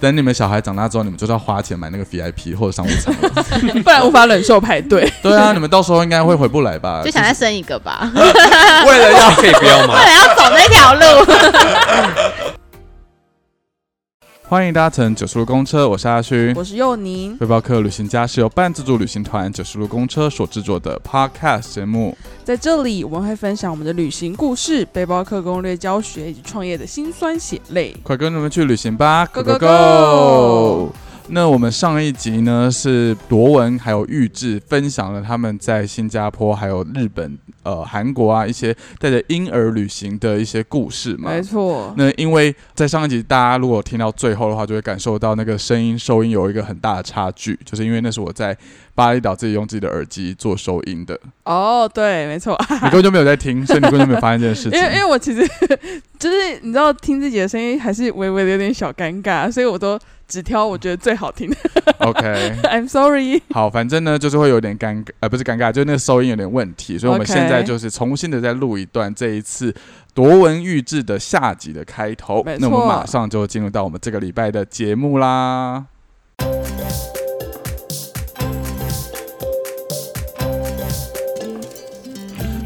等你们小孩长大之后，你们就是要花钱买那个 VIP 或者商务舱 了。不然无法忍受排 队。对啊，你们到时候应该会回不来吧？ 就想再生一个吧， 就是 为了要可以不要吗为？了要走那条路。欢迎搭乘九十路公车，我是阿勋。我是佑宁，背包客旅行家是由半自助旅行团九十路公车所制作的 Podcast 节目。在这里我们会分享我们的旅行故事、背包客攻略教学以及创业的辛酸血泪。快跟着我们去旅行吧 Go, go go, go！ go 那我们上一集呢是博文还有玉志分享了他们在新加坡还有日本呃韩国啊一些带着婴儿旅行的一些故事嘛。没错，那因为在上一集大家如果听到最后的话，就会感受到那个声音收音有一个很大的差距，就是因为那是我在巴厘岛自己用自己的耳机做收音的，哦，对，没错，你根本就没有在听，所以你根本就没有发现这件事 因情为。因为我其实就是你知道听自己的声音还是微微的有点小尴尬，所以我都只挑我觉得最好听的。 OK， I'm sorry， 好，反正呢就是会有点尴尬，呃，不是尴尬，就是那个收音有点问题，所以我们 OK 现在就是重新的再录一段这一次夺文预制的下集的开头没。那我们错马上就进入到我们这个礼拜的节目啦。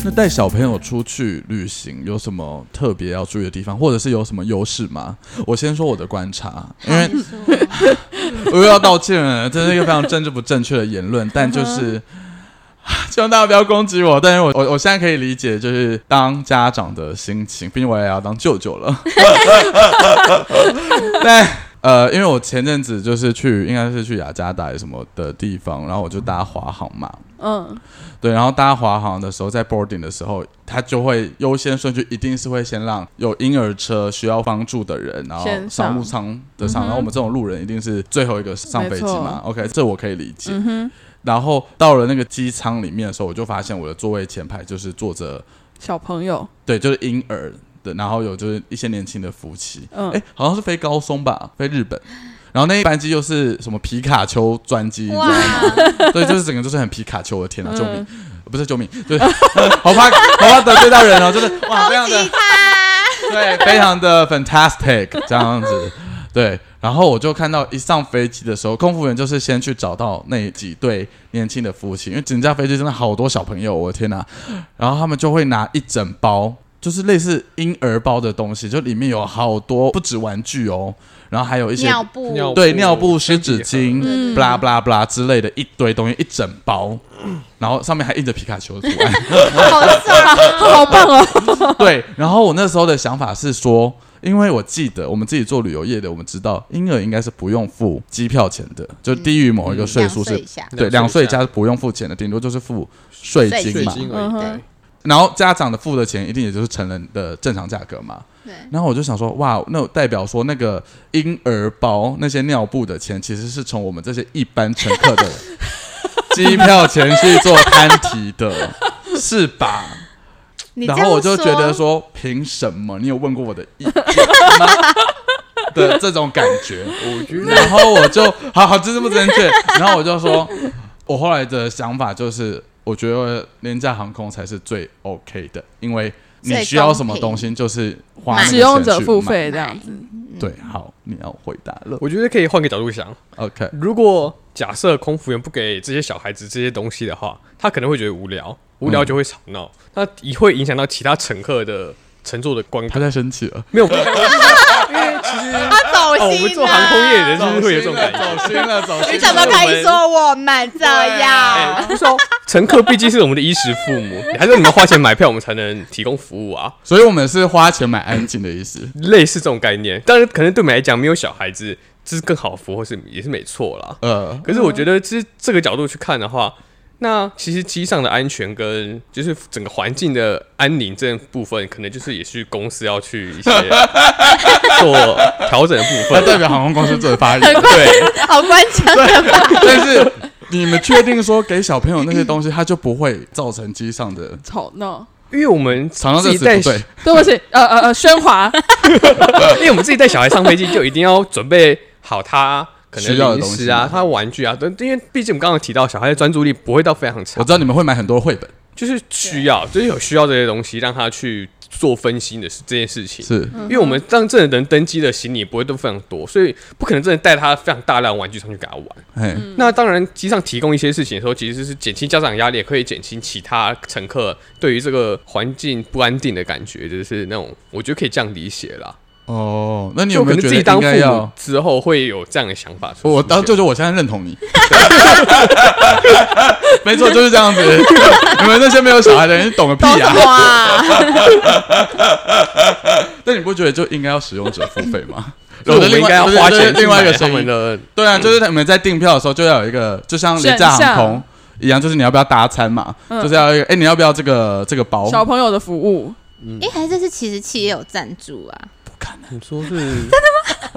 那带小朋友出去旅行有什么特别要注意的地方，或者是有什么优势吗？我先说我的观察，因为我又要道歉了，这是一个非常政治不正确的言论，但就是。希望大家不要攻击我，但是我我我现在可以理解，就是当家长的心情，毕竟我也要当舅舅了。 但呃，因为我前阵子就是去，应该是去雅加达还是什么的地方，然后我就搭华航嘛，嗯，对，然后搭华航的时候，在 boarding 的时候，他就会优先顺序一定是会先让有婴儿车需要帮助的人，然后先上嗯商务舱的上，然后我们这种路人一定是最后一个上飞机嘛。OK，这我可以理解。嗯然后到了那个机舱里面的时候，我就发现我的座位前排就是坐着，小朋友，对，就是婴儿的，然后有就是一些年轻的夫妻，嗯哎，好像是飞高松吧，飞日本。然后那一班机又是什么皮卡丘专机，你知道哇吗，对，就是整个就是很皮卡丘，我的天哪，救命！呃嗯不是救命，就是 好怕好怕得罪到人哦，就是哇，非常的击他！对，非常的 fantastic 这样子，对。然后我就看到一上飞机的时候，空服员就是先去找到那几对年轻的夫妻，因为整架飞机真的好多小朋友，我的天哪！然后他们就会拿一整包，就是类似婴儿包的东西，就里面有好多不止玩具哦，然后还有一些尿布，尿布对尿布、湿纸身体盒巾、嗯布拉布拉布拉之类的一堆东西，一整包，然后上面还印着皮卡丘的 图案。好爽！好棒哦，对，然后我那时候的想法是说，因为我记得我们自己做旅游业的，我们知道婴儿应该是不用付机票钱的，就低于某一个岁数嗯两岁是以，下，对，两两岁岁以以下下是不用付钱的，顶多就是付税税金税嘛。金嗯而已哼。然后家长的付的钱一定也就是成人的正常价格嘛。对，然后我就想说，哇，那代表说那个婴儿包那些尿布的钱，其实是从我们这些一般乘客 的机票钱去做摊提的，是吧？你然这后样我就觉得，说，凭什么？你有问过我的意见吗？ 的这种感觉，哎我 觉得然后我就好好，这是不正确。然后我就说，我后来的想法就是，我觉得廉价航空才是最 OK 的，因为你最需要公什么平东西，就是花那个使用者钱去付买。费这样嗯子，对，好，你要回答了。我觉得可以换个角度想， OK，如果假设空服员不给这些小孩子这些东西的话，他可能会觉得无聊，无聊就会吵闹，那也会影响到其他乘客的乘坐的观他感。在生气了， 没有，因啊为其实他走哦，我们心啊做航空业的人就是会有这种感觉。啊走心了，走心了。你怎么可以说我们这哎，样？不是哦，乘客毕竟是我们的衣食父母，还是你们花钱买票，我们才能提供服务啊，所以我们是花钱买安静的意思。类似这种概念。当然，可能对我们来讲，没有小孩子，这是更好服务，或是也是没错啦。呃，可是我觉得，其实这个角度去看的话，那其实机上的安全跟就是整个环境的安宁这部分，可能就是也是公司要去 一些做调整的部他分。代表航空公司做的发言。对，好官腔啊的吧？但是你们确定说给小朋友那些东西，他就不会造成机上的吵嗯闹。因为我们常常自这己词带不对，对不起，呃呃呃，喧 哗，哦 因为我们自己带小孩上飞机，就一定要准备好他可能需要的零东西食啊，他的玩具啊，等，因为毕竟我们刚刚提到，小孩的专注力不会到非常我长，知道你们会买很多绘本，就是需要，就是有需要这些东西让他去做分析的事这件事情。是因为我们让真的人登机的行李也不会都非常多，所以不可能真的带他非常大量的玩具上去给他玩。哎，那当然，机上提供一些事情的时候，其实是减轻家长压力，也可以减轻其他乘客对于这个环境不安定的感觉，就是那种我觉得可以这样理解啦。哦，那你就有可没有能觉自得己当应父该母要？之后会有这样的想法出现。我当舅舅，我现在认同你， 没错，就是这样子。 你们那些没有小孩的人懂个屁呀、啊！哇，但你不觉得就应该要使用者付费 吗？所以我们另应外该要花对对钱对另外一个成声本音，的嗯对啊，就是你们在订票的时候就要有一个，就像廉价选航空项一样，就是你要不要搭餐嘛，嗯就是要一个，哎、你要不要这个这个包？小朋友的服务，哎，还是是其实企业有赞助啊，你说是真因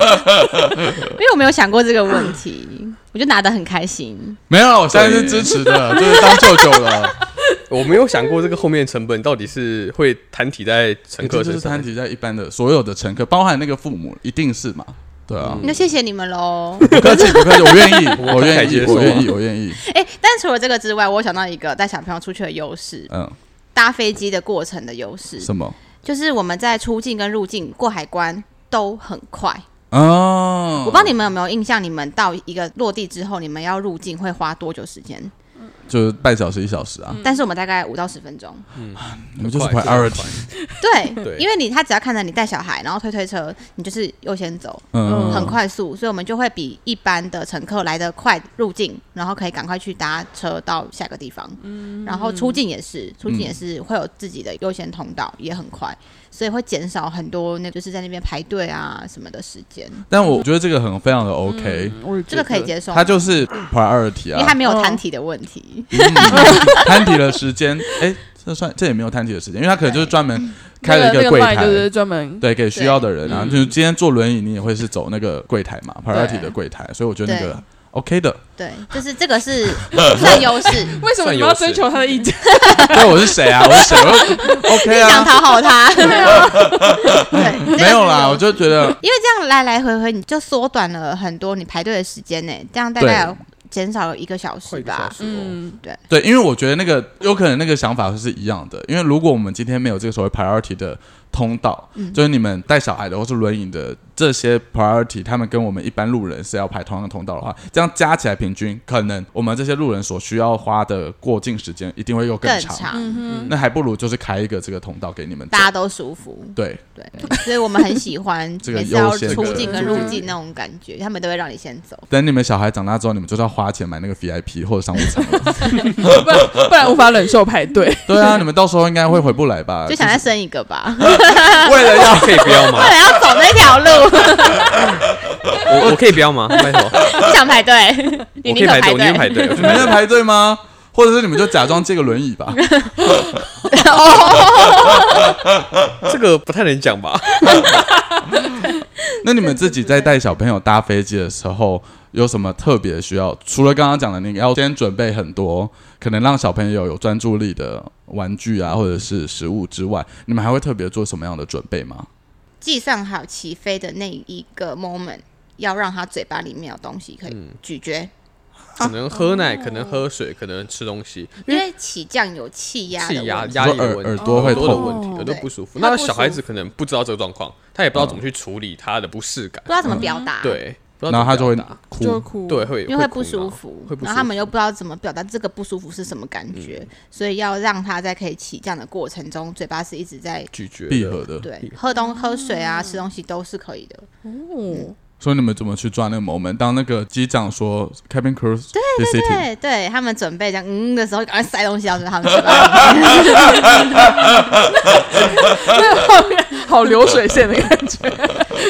为我没有想过这个问题，我就拿得很开心。没有，我现在是支持 的，就是当舅舅了。 我没有想过这个后面成本到底是会摊体在乘客这就身是上摊。体在一般的所有的乘客，包含那个父母，一定是嘛？对啊，嗯那谢谢你们喽。不客 气，不客气，我愿意，我我可以愿意，接受我愿意，我愿意。哎，但除了这个之外，我想到一个带小朋友出去的优势，嗯，搭飞机的过程的优势，什么？就是我们在出境跟入境过海关都很快。哦，我不知道你们有没有印象，你们到一个落地之后，你们要入境会花多久时间？就是半小时一小时啊，但是我们大概五到十分钟。你们就是很快 priority，对，对因为你他只要看着你带小孩，然后推推车，你就是优先走，嗯，很快速，所以我们就会比一般的乘客来得快入境，然后可以赶快去搭车到下个地方。然后出境也是，出境也是会有自己的优先通道，也很快，所以会减少很多那就是在那边排队啊什么的时间，但我觉得这个很非常嗯的 OK，我这个可以，接受吗。它就是 priority 因为还啊，嗯没有摊体的问题， 摊体的时 间，哎，这算这也没有摊体的时间，因为它可能就是专门开了那一个那柜 line 台就，是专门对，给需要的人啊，对就是今天坐轮椅你也会是走那个柜台嘛，priority 对的柜台，所以我觉得那对个 OK 的。对，就是这个是算优势。为什么你们要追求他的意见？ 对，我是谁啊？我是谁？ 我 OK 啊，想讨好他，对，这个没有啦，是我就觉得因为这样来来回回，你就缩短了很多你排队的时间呢、这样大概对有减少了一个小时快一个吧小。时哦，嗯，对，因为我觉得那个有可能那个想法是一样的，因为如果我们今天没有这个所谓 priority 的通道，嗯就是你们带小孩的或是轮椅的这些 priority，他们跟我们一般路人是要排同样的通道的话，这样加起来平均，可能我们这些路人所需要花的过境时间一定会又更长，长，那还不如就是开一个这个通道给你们走大。家都舒服，对，对，所以我们很喜欢这个每次要优先出的境跟入境那种感觉，他们都会让你先走。等你们小孩长大之后，你们就是要花钱买那个 VIP 或者商务舱了。不然不然无法忍受排队。对啊，你们到时候应该会回不来吧？ 就想再生一个吧， 为了要可以不要吗为？了要走那条路， 我我可以不要吗？ 拜托，我想排队，你可以宁可排队，我宁队愿排 队，我你们在排队吗？或者是你们就假装借个轮椅吧？ 哦这个不太能讲吧？那你们自己在带小朋友搭飞机的时候，有什么特别需要？除了刚刚讲的那个，要先准备很多可能让小朋友有专注力的玩具啊，或者是食物之外，你们还会特别做什么样的准备吗？计算好起飞的那一个 moment，要让他嘴巴里面有东西可以嗯咀嚼，可能喝奶，可能喝水，可能吃东西，因为起降有气压的气压问题。哦压力的耳问题耳朵会耳朵的痛问题，耳朵对不舒服。他那不小孩舒子可能不知道这个状况，他也不知道怎么去处理他的不适感不，知道怎么表达，，嗯对，不知道然后他怎 就么会表达就哭。哭，对，会因为会哭不舒闹服会，不然后舒他们服嗯又不知道怎么表达这个不舒服是什么感觉，所以要让他在可以起降的过程中，嘴巴是一直在拒绝闭的合的，嗯对喝东喝水啊、吃东西都是可以的，哦，所以你们怎么去抓那个 moment？当那个机长说 cabin crew be seated，对对，他们准备这样嗯的时候，赶快塞东西到他们 嘴巴里面。 好流水线的感觉。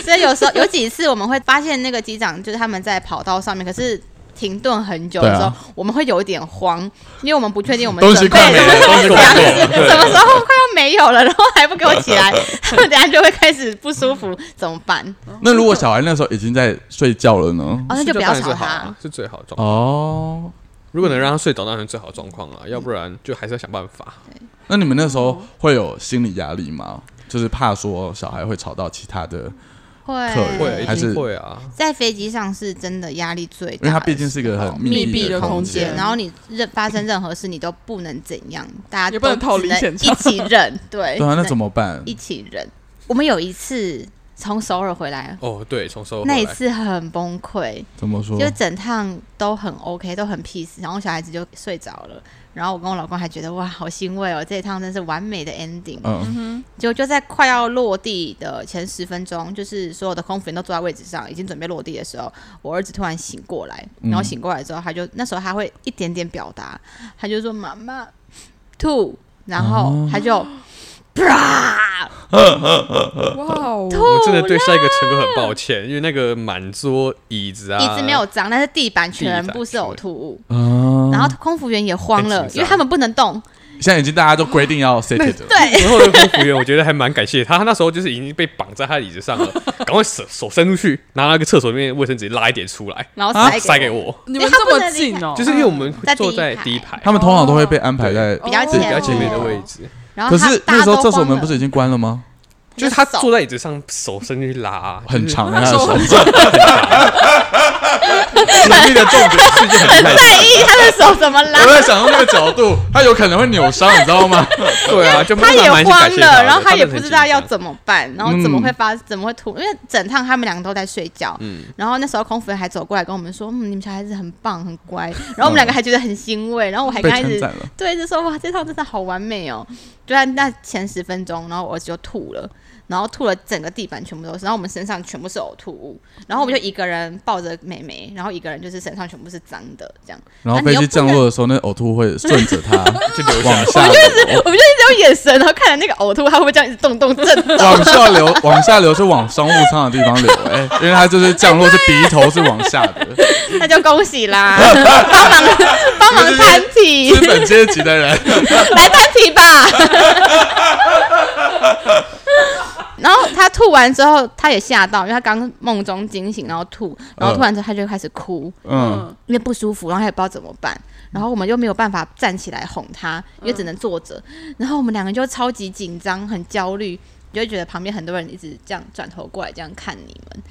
所以有时候有几次我们会发现那个机长就是他们在跑道上面，可是。停顿很久的时对候，啊我们会有一点慌，因为我们不确定我们东西准备快没了的东西东 西快没是什么时候快要没有了，然后还不给我起 来，他们等下就会开始不舒服，怎么办？那如果小孩那时候已经在睡觉了呢？哦，那就不要当然吵是好他啊，。是最好的状况。哦，如果能让他睡着，当然是最好的状况了，嗯要不然就还是要想办法。那你们那时候会有心理压力吗？就是怕说小孩会吵到其他的会客会人一还是定会啊，在飞机上是真的压力最大的时候，因为它毕竟是一个很密密闭的的空间间，然后你任发生任何事，你都不能怎样，大家也不能都只逃离现场一起忍，对，对啊，那怎么么办？一起忍？我们有一次从首尔回来，哦，对，从首尔那回一来，次很崩溃，怎么说？嗯就整趟都很 OK，都很 peace，然后小孩子就睡着了，然后我跟我老公还觉得哇，好欣慰哦，这一趟真是完美的 ending。嗯，结果就在快要落地的前十分钟，就是所有的空服员都坐在位置上，已经准备落地的时候，我儿子突然醒过来，嗯然后醒过来之后，他就那时候他会一点点表达，他就说妈妈吐，然后哦他就。啊啪！哇哦，我真的对下一个乘客很抱歉，因为那个满桌椅子啊，椅子没有脏，但是地板全地部板是呕吐物。啊，然后空服员也慌很了，紧张因为他们不能动。现在已经大家都规定要 set it 了， 对，然后那个空服员，我觉得还蛮感谢他，他那时候就是已经被绑在他的椅子上了，赶快手手伸出去，拿那个厕所里面的卫生纸拉一点出来，然后啊塞塞给，我。你们这么近哦，就是因为我们嗯在第一坐在排嗯第一排，他们通常都会被安排在哦比较自己比家较前前面的哦位置，然可后他是大那家时候都厕所慌门了嗯不是已经关了吗？就是他手坐在椅子上，手伸进去拉，很就是长的啊那他的手手很指， 紧密的重 点是一件很很在意他的手怎么拉我。在想用那个角度，他有可能会扭伤，你知道吗？对啊，就他也蛮感慌谢了，的然后他他们也很不知紧道要张怎么办，然后嗯怎么会发，怎么会突？因为整趟他们两个都在睡觉，嗯然后那时候空服员还走过来跟我们说，嗯，你们小孩子很棒，很乖，然后我们两嗯个还觉得很欣慰，然后我 还被跟他一称直赞了，对就说哇，这趟真的好完美哦！就在那前十分钟，然后我儿子就吐了，然后吐了整个地板全部都是，然后我们身上全部是呕吐物，然后我们就一个人抱着妹妹，然后一个人就是身上全部是脏的这样，然后啊飞你又机不降落的时候，那呕吐会顺着 它就留下往来下流，我们就一直用眼神，然后看着那个呕吐，他会不会这样一直动动震动？往下流， 往下流是往商务舱的地方流，哎，因为它就是降落是鼻头是往下 的，那就恭喜啦，帮忙帮忙摊体资，本阶级的人， 来摊体吧。 然后他吐完之后，他也吓到，因为他刚梦中惊醒，然后吐，然嗯后吐完之后他就开始哭，嗯，因为不舒服，然后他也不知道怎么办，然后我们又没有办法站起来哄他，因为只能坐着，然后我们两个就超级紧张，很焦虑，你就会觉得旁边很多人一直这样转头过来这样看你们，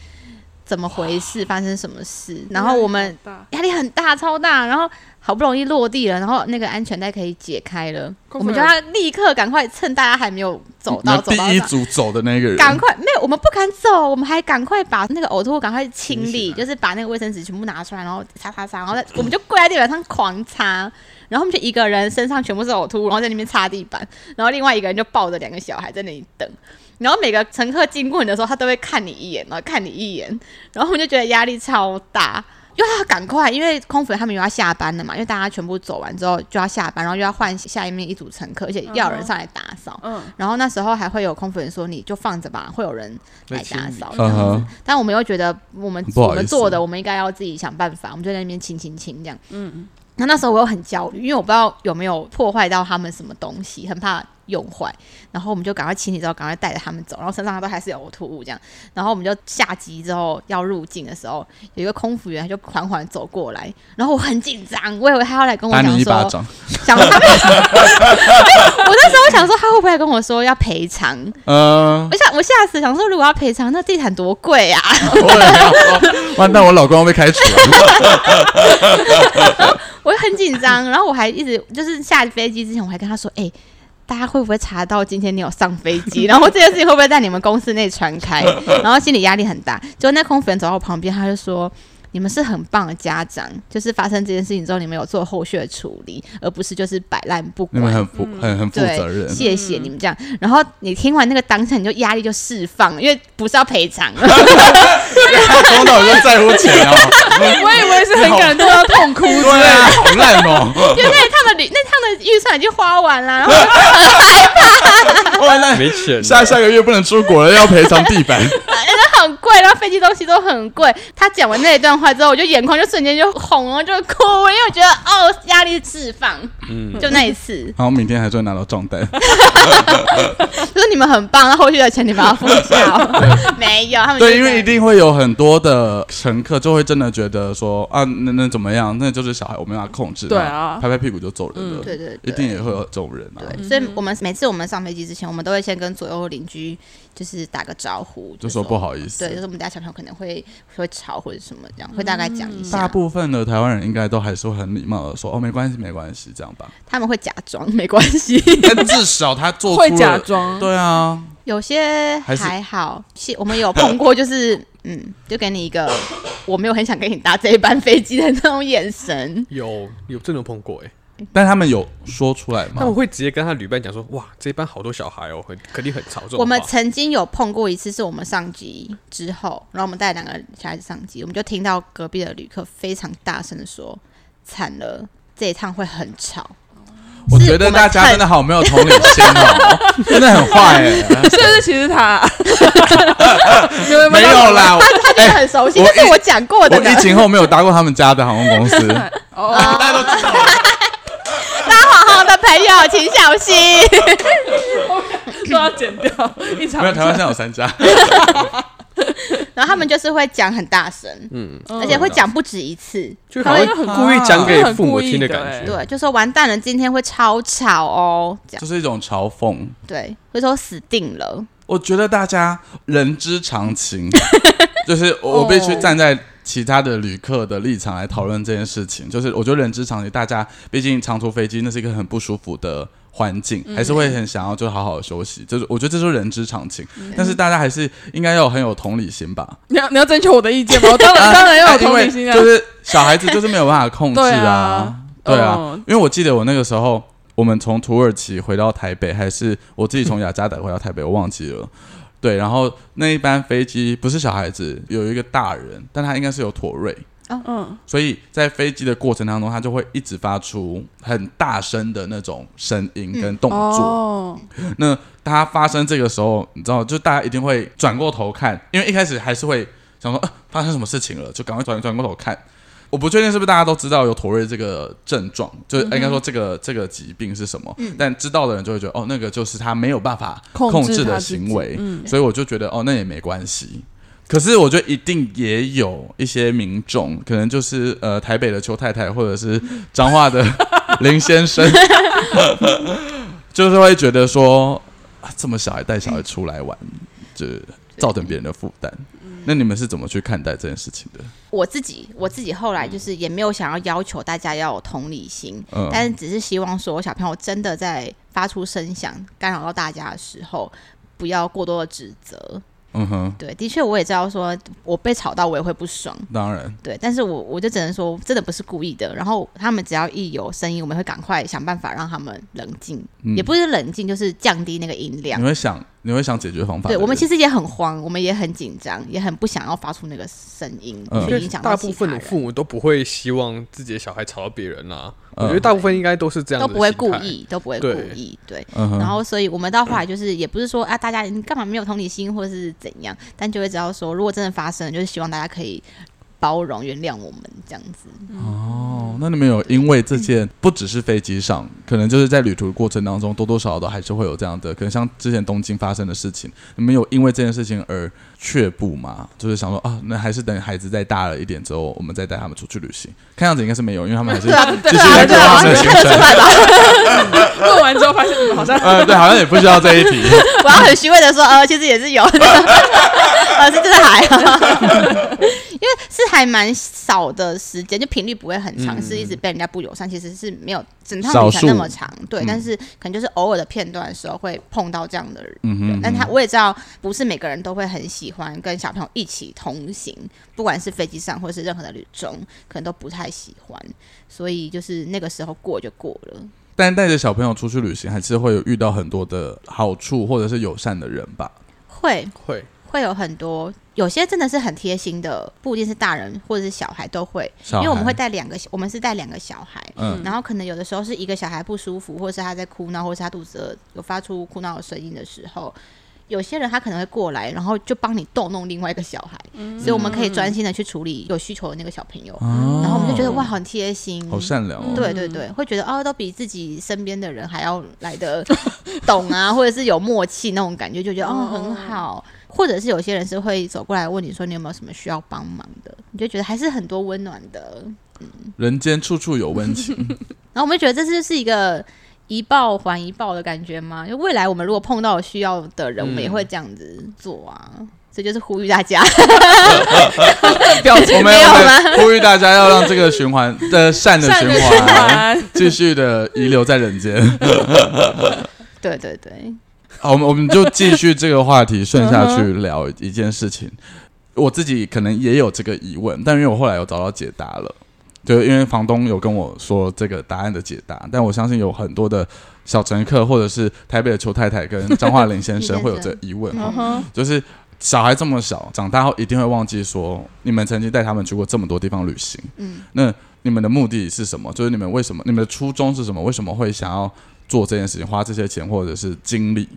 怎么回事，发生什么事？然后我们压力很大，超大。然后好不容易落地了，然后那个安全带可以解开了，空我服们员就要立刻赶快趁大家还没有走那到走第到一那，组走的那个人，赶快没有，我们不敢走，我们还赶快把那个呕吐物赶快清理，就是把那个卫生纸全部拿出来，然后擦擦擦，然后再我们就跪在地板上狂擦。然后我们就一个人身上全部是呕吐，物，然后在那边擦地板，然后另外一个人就抱着两个小孩在那里等。然后每个乘客经过你的时候，他都会看你一眼，然后看你一眼，然后我们就觉得压力超大，因为他要赶快，因为空服员他们又要下班了嘛，因为大家全部走完之后就要下班，然后又要换下一面一组乘客，而且要有人上来打扫。嗯，然后那时候还会有空服员说：“你就放着吧，会有人来打扫。”这嗯样哼，但我们又觉得我们不好意我思们做的，我们应该要自己想办法，我们就在那边清清清这样。嗯，那那时候我又很焦虑，因为我不知道有没有破坏到他们什么东西，很怕用坏。然后我们就赶快清理之后，赶快带着他们走，然后身上都还是有呕吐物这样。然后我们就下机之后要入境的时候，有一个空服员他就缓缓走过来，然后我很紧张，我以为他要来跟我打讲你一巴说，掌，想说他没有， 我那时候想说他会不会来跟我说要赔偿？嗯我，想我吓死，想说如果要赔偿，那地毯多贵啊！我也要说完蛋，我老公要被开除了， 我很紧张，然后我还一直就是下飞机之前，我还跟他说：“哎、大家会不会查到今天你有上飞机？ 然后这件事情会不会在你们公司内传开？”然后心理压力很大。结果那空服员走到我旁边，他就说：“你们是很棒的家长，就是发生这件事情之后，你们有做后续的处理，而不是就是摆烂不你管。”们很负很很负嗯对，责任，谢谢你们这样。然后你听完那个当下，你就压力就释放，因为不是要赔偿， 从头就在乎钱 啊， 我以为是很感动要痛哭之类对的啊，好烂 哦，因为那一趟的旅那趟的预算已经花完了，然后完蛋，没 钱了，下下个月不能出国了，要赔偿地板， 很贵，然后飞机东西都很贵。他讲完那一段话之后，我就眼眶就瞬间就红了，就哭，因为我觉得哦，压力释放。嗯，就那一次，然后明天还是会拿到账单，就是你们很棒，那后续的钱你们要付一下、哦。没有，他们对，就因为是一定会有很多的乘客就会真的觉得说啊，那那怎么样？那就是小孩，我没办法控制，对啊拍拍屁股就走人了，嗯对对对一定也会有这种人啊。对，所以我们每次我们上飞机之前，我们都会先跟左右邻居就是打个招呼，就说说不好意思对，就是我们家小朋友可能会会吵或者什么这样，会大概讲一嗯大下，部分的台湾人应该都还是会很礼貌的说哦，没关系，没关系，这样吧。他们会假装没关系。 但至少他做出会了假装，对啊，有些还是还好，是我们有碰过，就是嗯，就给你一个我没有很想跟你搭这一班飞机的那种眼神。有有真的碰过哎、但他们有说出来那吗我？会直接跟他旅伴讲说，哇，这一班好多小孩哦，很肯定很吵。这种我们话曾经有碰过一次，是我们上机之后，然后我们带两个小孩子上机，我们就听到隔壁的旅客非常大声的说：“惨了，这一趟会很吵。我是觉得我们大家很真的好没有同理心哦，真的很坏哎。是不是其实 他有有没有啦，我”他觉得 很熟悉，哎这是我讲过的我呢。疫情后没有搭过他们家的航空公司，哦，大家都知道。大家好好的朋友，请小心。说要剪掉一场没有，台湾现在有三家。然后他们就是会讲很大声，嗯，而且会讲不止一次。就好像他会故意哎讲给父母听的感觉。对，就说完蛋了，今天会超吵哦，这样就是一种嘲讽。对，会说死定了。我觉得大家人之常 情，就是我我必须站在其他的旅客的立场来讨论这件事哦情。就是我觉得人之常情，大家毕竟长途飞机那是一个很不舒服的环境，嗯还是会很想要就好好休息。就是我觉得这就是人之常情，嗯但是大家还是应该要有很有同理心吧。哎你要你要征求我的意见吗？我 当然哦当然要有因同为理心啊就，是小孩子就是没有办法控制 对啊啊，对啊，嗯因为我记得我那个时候，我们从土耳其回到台北，还是我自己从雅加达回到台北，我忘记了。对，然后那一班飞机不是小孩子，有一个大人，但他应该是有妥瑞，嗯，所以在飞机的过程当中，他就会一直发出很大声的那种声音跟动作。哦，那它发生这个时候，你知道，就大家一定会转过头看，因为一开始还是会想说，呃、发生什么事情了，就赶快转转过头看。我不确定是不是大家都知道有妥瑞这个症状，就是嗯应该说这个、这个疾病是什么，但知道的人就会觉得，哦，那个就是他没有办法控控制制的他自己行为，嗯所以我就觉得，哦，那也没关系。可是我觉得一定也有一些民众，可能就是呃台北的邱太太，或者是彰化的 林先生， 就是会觉得说，啊、这么小还带小孩出来玩，就是造成别人的负担。那你们是怎么去看待这件事情的？我自己，我自己后来就是也没有想要要求大家要有同理心，嗯但是只是希望说小朋友真的在发出声响干扰到大家的时候，不要过多的指责。嗯哼，对，的确我也知道说，我被吵到我也会不爽，当然，对，但是我我就只能说真的不是故意的。然后他们只要一有声音，我们会赶快想办法让他们冷静，嗯也不是冷静，就是降低那个音量你。会想，你会想解决方法的对人。我们其实也很慌，我们也很紧张，也很不想要发出那个声音，嗯去影响到大其部分他的人父母都不会希望自己的小孩吵到别人啦、嗯我觉得大部分应该都是这样都子，不会故。意，都不会故对意，对。嗯哼，然后，所以我们到后来就是，也不是说啊，大家你干嘛没有同理心，或是怎样，但就会知道说，如果真的发生了，就是希望大家可以包容、原谅我们这样子。哦，那你们有因为这件 不只是飞机上，可能就是在旅途过程当中，多多少少都还是会有这样的，可能像之前东京发生的事情，你们有因为这件事情而却步吗？就是想说啊，那还是等孩子再大了一点之后，我们再带他们出去旅行。看样子应该是没有，因为他们还是 继续在对过啊他们的行程。录完之后发现嗯你们好像呃，对，好像也不需要这一 题。我要很虚伪的说，呃，其实也是有的， 呃，是真的还 好，因为是还蛮少的时间，就频率不会很长，是一直被人家不友善，其实是没有整趟嗯旅少程数那么长，对，嗯但是可能就是偶尔的片段的时候会碰到这样的人。嗯哼，但他我也知道，不是每个人都会很喜欢跟小朋友一起同行，不管是飞机上或是任何的旅中，可能都不太喜欢。所以就是那个时候过就过了。但带着小朋友出去旅行，还是会有遇到很多的好处或者是友善的人吧。会会，会有很多，有些真的是很贴心的，不一定是大人或者是小孩都会，小因孩为我们会带两个，我们是带两个小孩，嗯然后可能有的时候是一个小孩不舒服，或者是他在哭闹，或者是他肚子饿有发出哭闹的声音的时候。有些人他可能会过来，然后就帮你逗弄另外一个小孩，所以我们可以专心的去处理有需求的那个小朋友，哦嗯然后我们就觉得哇，很贴心，好善良哦。对对对，会觉得哦，都比自己身边的人还要来的懂啊， 或者是有默契那种感觉，就觉得哦很好。或者是有些人是会走过来问你说你有没有什么需要帮忙的，你就觉得还是很多温暖的。人间处处有温情。 然后我们就觉得这就是一个一报还一报的感觉吗？就未来我们如果碰到有需要的人，我们也嗯会这样子做啊。所以就是呼吁大家， 表 情我们没有我吗们呼吁大家要让这个循环的善的善循的循环 环。继续的遗留在人间。对对对，好，我们我们就继续这个话题顺 嗯下去聊一件事情。我自己可能也有这个疑问，但因为我后来有找到解答了，就是因为房东有跟我说这个答案的解答，但我相信有很多的小乘客或者是台北的邱太太跟张化林先先生生会有这疑问哈，嗯哼，就是小孩这么小，长大后一定会忘记说你们曾经带他们去过这么多地方旅行。嗯，那你们的目的是什么？就是你们为什么你们的初衷是什么？为什么会想要做这件事情，花这些钱或者是精力？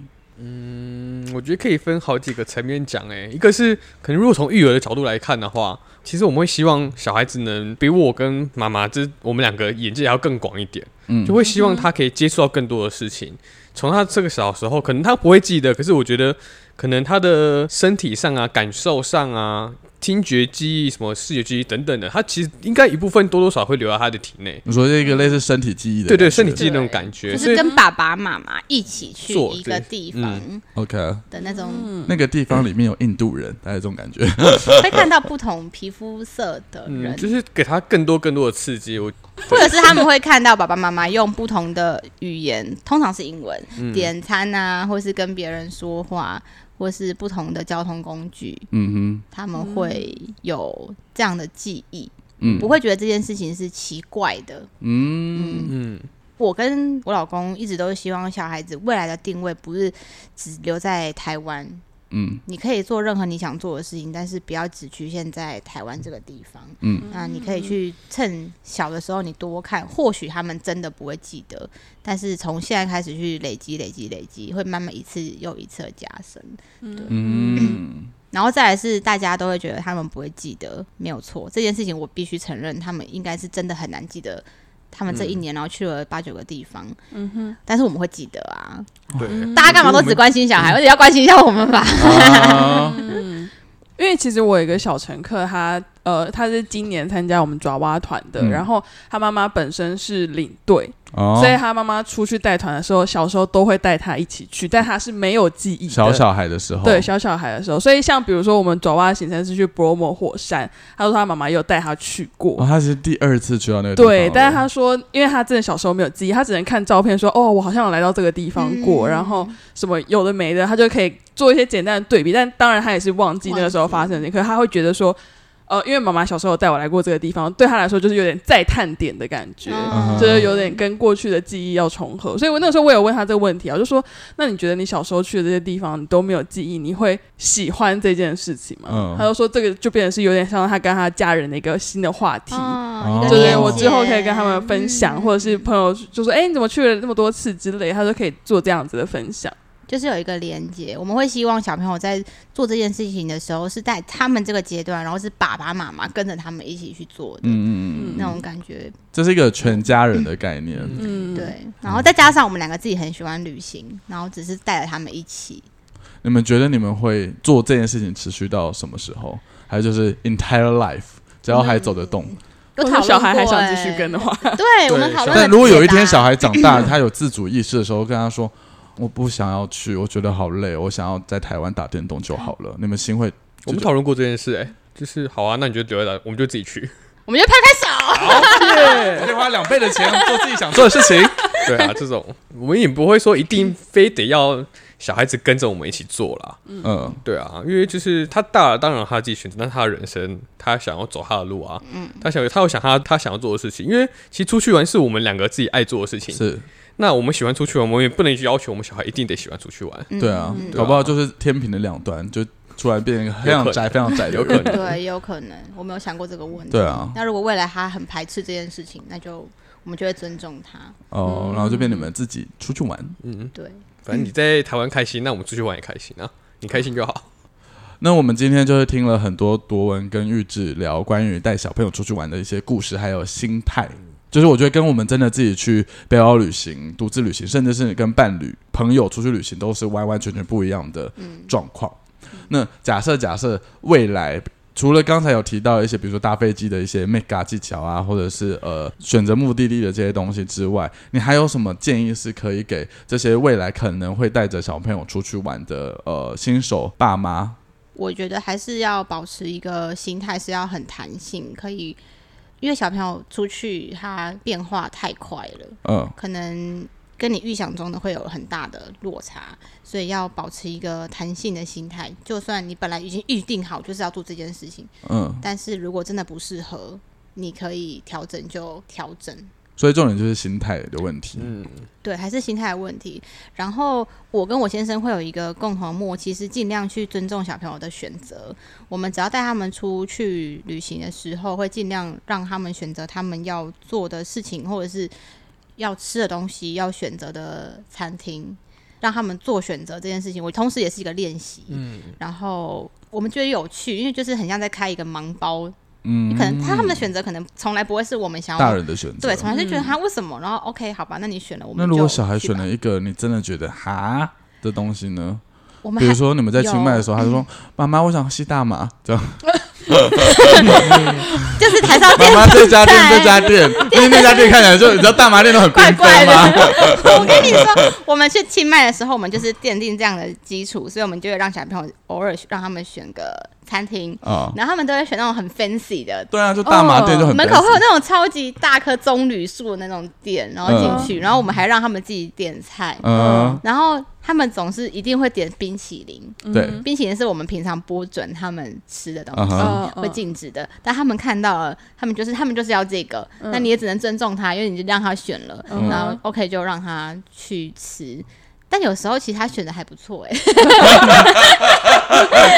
嗯我觉得可以分好几个层面讲，欸诶，一个是可能如果从育儿的角度来看的话，其实我们会希望小孩子能比我跟妈妈这我们两个眼界还要更广一点，嗯就会希望他可以接触到更多的事情。从他这个小时候，可能他不会记得，可是我觉得可能他的身体上啊、感受上啊、听觉记忆、什么视觉记忆等等的，他其实应该一部分多多少少会留在他的体内。你说这个类似身体记忆的感对觉，对，身体记忆那种对感觉，就所是以跟爸爸妈妈一起去做嗯一个地方 OK，的那种，嗯那个地方里面有印度人，大概这种感觉。 会看到不同皮肤色的人嗯，，就是给他更多更多的刺激。我或者是他们会看到爸爸妈妈用不同的语言，通常是英文、嗯点餐啊，或是跟别人说话，或是不同的交通工具，嗯他们会嗯有这样的记忆，嗯不会觉得这件事情是奇怪的。哼，嗯，嗯，我跟我老公一直都是希望小孩子未来的定位不是只留在台湾，嗯，你可以做任何你想做的事情，但是不要只局限在台湾这个地方。嗯，那你可以去趁小的时候你多看，或许他们真的不会记得，但是从现在开始去累积、累积、累积，会慢慢一次又一次的加深。嗯，然后再来是大家都会觉得他们不会记得，没有错，这件事情我必须承认，他们应该是真的很难记得。他们这嗯一年，然后去了八九个地方，嗯哼，但是我们会记得啊。嗯对，大家干嘛都只关心小孩，而且要关心一下我们吧。啊，因为其实我有一个小乘客他，呃，他是今年参加我们爪哇团的，嗯然后他妈妈本身是领队，哦所以他妈妈出去带团的时候，小时候都会带他一起去，但他是没有记忆的。小小孩的时候，对小小孩的时候，所以像比如说我们爪哇的行程是去 Bromo 火山，他说他妈妈也有带他去过，哦，他是第二次去到那个地方了，哦对，但是他说，因为他真的小时候没有记忆，他只能看照片说，哦，我好像有来到这个地方嗯过，然后什么有的没的，他就可以做一些简单的对比。但当然，他也是忘记那个时候发生的事情，可是他会觉得说，呃，因为妈妈小时候有带我来过这个地方，对他来说就是有点再探点的感觉。嗯就是有点跟过去的记忆要重合，所以我那时候我有问他这个问题啊，我就说：那你觉得你小时候去的这些地方你都没有记忆，你会喜欢这件事情吗？嗯他就说这个就变成是有点像他跟他家人的一个新的话题，嗯哦就是我之后可以跟他们分享，或者是朋友就说：“哎、你怎么去了那么多次之类？”他就可以做这样子的分享。就是有一个连接，我们会希望小朋友在做这件事情的时候，是在他们这个阶段，然后是爸爸妈妈跟着他们一起去做的、嗯，嗯嗯嗯，那种感觉。这是一个全家人的概念，嗯，对，然后再加上我们两个自己很喜欢旅行，然后只是带着他们一起。你们觉得你们会做这件事情持续到什么时候？还有就是 entire life，只要还走得动。有如讨果论小孩还过想继续欸跟的话，对我们对讨论。但如果有一天小，孩长大， 他有自主意识的时候，跟他说：“我不想要去，我觉得好累，我想要在台湾打电动就好了。”你们心会我们讨论过这件事、哎，就是好啊，那你就留在那，我们就自己 去。我们就拍拍手。而且花两倍的钱做自己想 做的事情。对啊，这种我们也不会说一定非得要小孩子跟着我们一起做啦。嗯，对啊，因为就是他大了，当然有他自己选择，那是他的人生，他想要走他的路啊。他想他有想他他想要做的事情，因为其实出去玩是我们两个自己爱做的事情。是那我们喜欢出去玩，我们也不能去要求我们小孩一定得喜欢出去玩。 对啊，嗯搞不好就是天平的两端，就突然变成一个非 有常可能宅、非常宅的有可人。能对，有可能，我没有想过这个问题。对啊，那如果未来他很排斥这件事情，那就我们就会尊重他。哦，嗯然后就变你们自己出去玩。对，反正你在台湾开心，那我们出去玩也开心啊，你开心就好。那我们今天就是听了很多博文跟玉志聊关于带小朋友出去玩的一些故事，还有心态。就是我觉得跟我们真的自己去背包旅行、独自旅行，甚至是跟伴侣、朋友出去旅行，都是完完全全不一样的状况。那假设假设未来除了刚才有提到一些，比如说搭飞机的一些 make up 技巧啊，或者是呃选择目的地的这些东西之外，你还有什么建议是可以给这些未来可能会带着小朋友出去玩的呃新手爸妈？我觉得还是要保持一个心态是要很弹性，可以，因为小朋友出去他变化太快了，嗯、可能跟你预想中的会有很大的落差，所以要保持一个弹性的心态。就算你本来已经预定好就是要做这件事情，嗯，但是如果真的不适合，你可以调整就调整。所以重点就是心态的问题。嗯，对，还是心态的问题。然后我跟我先生会有一个共同默契，是尽量去尊重小朋友的选择。我们只要带他们出去旅行的时候，会尽量让他们选择他们要做的事情，或者是要吃的东西，要选择的餐厅，让他们做选择这件事情。我同时也是一个练习，嗯，然后我们觉得有趣，因为就是很像在开一个盲包，嗯，可能他他们的选择可能从来不会是我们想大要。人的选择。对，从来就觉得他为什么，然后 OK，好吧，那你选了，我们那如果就小孩去选吧了一个你真的觉得哈的东西呢？我们比如还嗯说你们在清迈的时候，他就说：“妈妈，我想吸大麻。”这样，就是台上妈见妈这家店这家店， 因为那家店看起来就你知道大麻店都很缤纷吗？我跟你说，我们去清迈的时候，我们就是奠定这样的基础，所以我们就会让小朋友偶尔让他们选个餐厅，啊，然后他们都会选那种很 fancy 的。对啊，就大麻店就很哦门口会有 fancy 那种超级大棵棕榈树的那种店，然后进去，然后我们还让他们自己点菜，嗯，然后他们总是一定会点冰淇淋，对，冰淇淋是我们平常不准他们吃的东西。嗯哼嗯会禁止的，但他们看到了，他们就是他们就是要这个，那你也只能尊重他，因为你就让他选了，嗯然后 OK 就让他去吃。但有时候其实他选的还不错哎、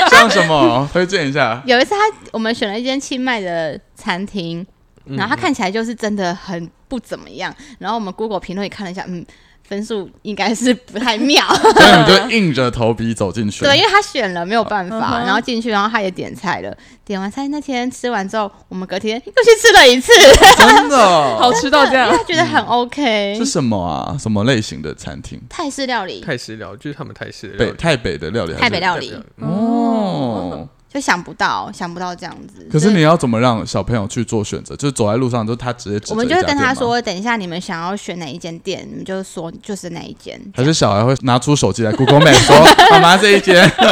像什么 推荐一下？ 有一次他我们选了一间清迈的餐厅，然后他看起来就是真的很不怎么样，然后我们 Google 评论也看了一下，嗯，分数应该是不太妙，所以你就硬着头皮走进去。 对，因为他选了没有办嗯法，哼然后进去，然后他也点菜了，点完菜那天吃完之后，我们隔天又去吃了一次，嗯真的哦好吃到这因 样为，他觉得很 OK，、 是什么啊？什么类型的餐厅？泰式料理，泰式料就是他们泰式的料北理太北的料理还是，台北料理，嗯哦。就想不到，想不到这样子。可就是你要怎么让小朋友去做选择？就是走在路上，就他直接指我们着就一会家跟他店吗，说，等一下你们想要选哪一间店，你们就说就是哪一 间。还是小孩会拿出手机来 Google Map 说：“ 妈妈这一间。他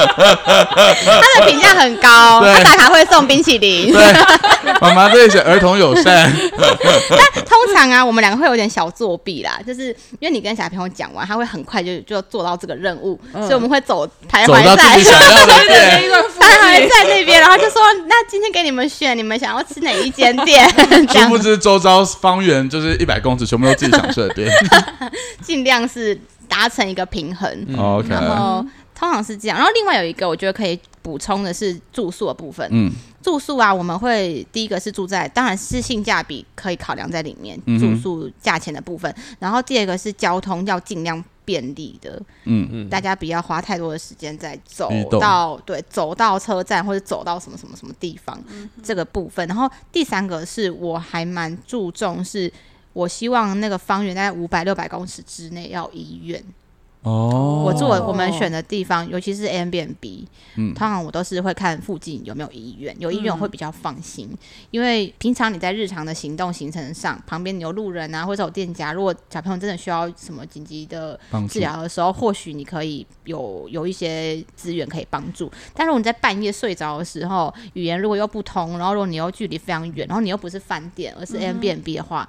的评价很高，对他打卡会送冰淇”淋。对，妈妈这一间儿童友善。但通常啊，我们两个会有点小作弊啦，就是因为你跟小朋友讲完，他会很快就就做到这个任务，所以我们会走嗯徘走徊到自在己想要的对店。那一段附 徘徊近，在 那边，然后就说：“那今天给你们选，你们想要吃哪一间 店？”这殊不样知周遭方圆就是一百公尺，全部都自己想去的 店。尽量是达成一个平衡。哦 OK，嗯然后通常是这样。然后另外有一个我觉得可以补充的是住宿的部分。嗯住宿啊，我们会第一个是住在，当然是性价比可以考量在里面，嗯住哼宿价钱的部分。然后第二个是交通要尽量便利的，嗯，嗯，大家不要花太多的时间在走移动到对走到车站或者走到什么什么什么地方、这个部分。然后第三个是我还蛮注重是。我希望那个方圆大概五百六百公尺之内要医院。哦，我住做我我们选的地方，尤其是 a m b n b 嗯通常我都是会看附近有没有医院，有医院我会比较放心，因为平常你在日常的行动行程上，旁边有路人啊，或者有店家，如果小朋友真的需要什么紧急的帮助治疗的时候，或许你可以有有一些资源可以帮助。但如果你在半夜睡着的时候，语言如果又不通，然后如果你又距离非常远，然后你又不是饭店，而是 a m b n b 的话，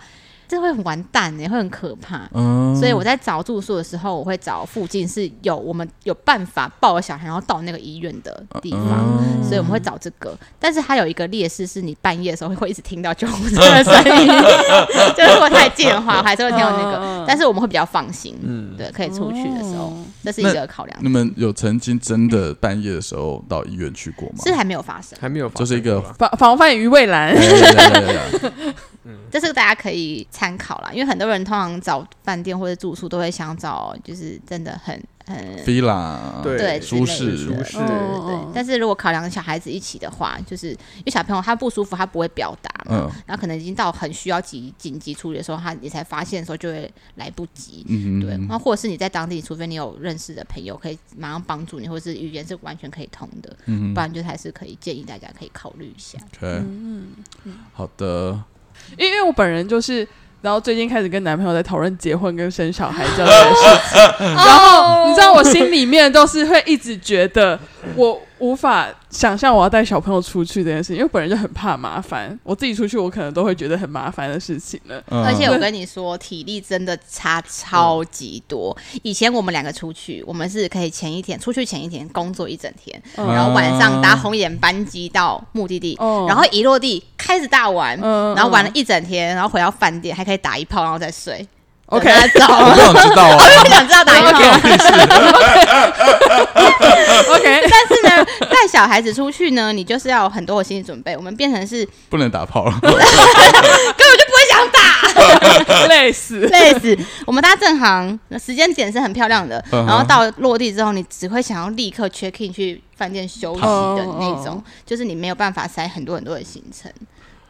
这会很完蛋欸呢、会很可怕。嗯，所以我在找住宿的时候，我会找附近是有我们有办法抱着小孩然后到那个医院的地方，嗯所以我们会找这个。但是它有一个劣势是，你半夜的时候会一直听到救护车的声音， 就是如果太近的话，我还是会听到嗯那嗯个嗯。哦但是我们会比较放心，嗯哦对，可以出去的时候，这是一个考量你，们有曾经真的半夜的时候到医院去过吗？是还没有发生，还没有发就生过吧，是一个防防范于未然。哎呀呀呀呀 呀这是大家可以参考啦。因为很多人通常找饭店或者住宿都会想找，就是真的很。很 villa，对对舒之类适的舒适 对对对哦哦。嗯但是如果考量小孩子一起的话，就是因为小朋友他不舒服，他不会表达嘛，嗯然后可能已经到很需要急紧急处理的时候，他你才发现的时候就会来不及。嗯对，哼哦然后或者是你在当地，除非你有认识的朋友可以马上帮助你，或者是语言是完全可以通的，嗯不哼然就还是可以建议大家可以考虑一下。嗯，OK，好的， 因为我本人就是，然后最近开始跟男朋友在讨论结婚跟生小孩这样的事情， 哦然后你知道我心里面都是会一直觉得我无法想象我要带小朋友出去这件事情，因为本人就很怕麻烦，我自己出去我可能都会觉得很麻烦的事情了。嗯而且我跟你说，体力真的差超级多。以前我们两个出去，我们是可以前一天出去前一天工作一整天，嗯然后晚上搭啊红眼班机到目的地，哦然后一落地开始大玩，嗯然后玩了一整天，然后回到饭店还可以打一炮，然后再睡。 OK 等他我不想知走。道 啊，我想知道哎打一炮。 OK， 但是呢，带小孩子出去呢，你就是要有很多的心理准备。我们变成是 不能打炮了，根本就不会想打，累死。累死。我们搭正航，时间点是很漂亮的，嗯哼然后到落地之后，你只会想要立刻 check in 去饭店休息的那哦种，就是你没有办法塞很多很多的行程，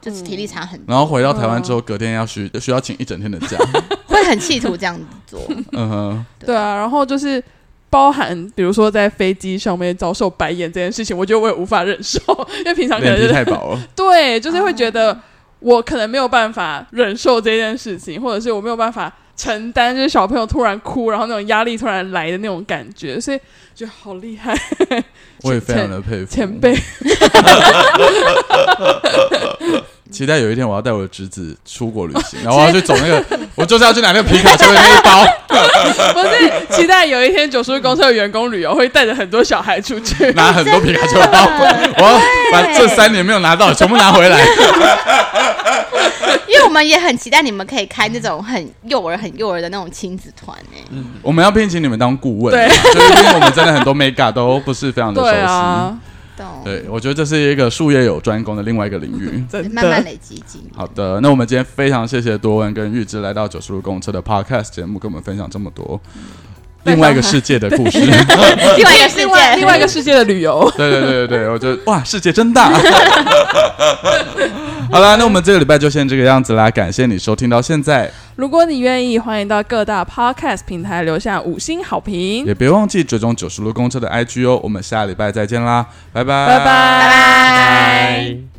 就是嗯体力差很多，然后回到台湾之后，隔天要需需要请一整天的假，会很企图这样子做。嗯 哼，对啊，然后就是。包含比如说在飞机上面遭受白眼这件事情，我觉得我也无法忍受， 因为平常可能脸就皮太是薄了， 对，就是会觉得我可能没有办法忍受这件事情，或者是我没有办法承担，就是小朋友突然哭，然后那种压力突然来的那种感觉，所以觉得好厉害，我也非常的佩服前。辈。 期待有一天我要带我的侄子出国旅 行，然后我要去走那个，我就是要去拿那个皮卡丘的那一包。不是期待有一天九叔公司的员工旅游会带着很多小孩出去。拿很多皮卡丘的包，我要把这三年没有拿到的全部拿回来。因为我们也很期待你们可以开那种很幼儿、很幼儿的那种亲子团哎、嗯我们要聘请你们当顾问，对就是因为我们真的很多 mega 都不是非常的熟对悉。啊，懂？对我觉得这是一个术业有专攻的另外一个领域。 真的慢慢累积经验。好的，那我们今天非常谢谢多文跟玉芝来到九十路公车的 podcast 节目，跟我们分享这么多另外一个世界的故事。另外一个世另外界，另外一个世界的旅游。 对对对对对，我觉得哇，世界真大。 好啦，那我们这个礼拜就先这个样子啦，感谢你收听到现在，如果你愿意，欢迎到各大 podcast 平台留下五星好评。也别忘记追踪九十路公车的 IG 哦。我们下礼拜再见啦，拜拜，拜拜拜拜。拜。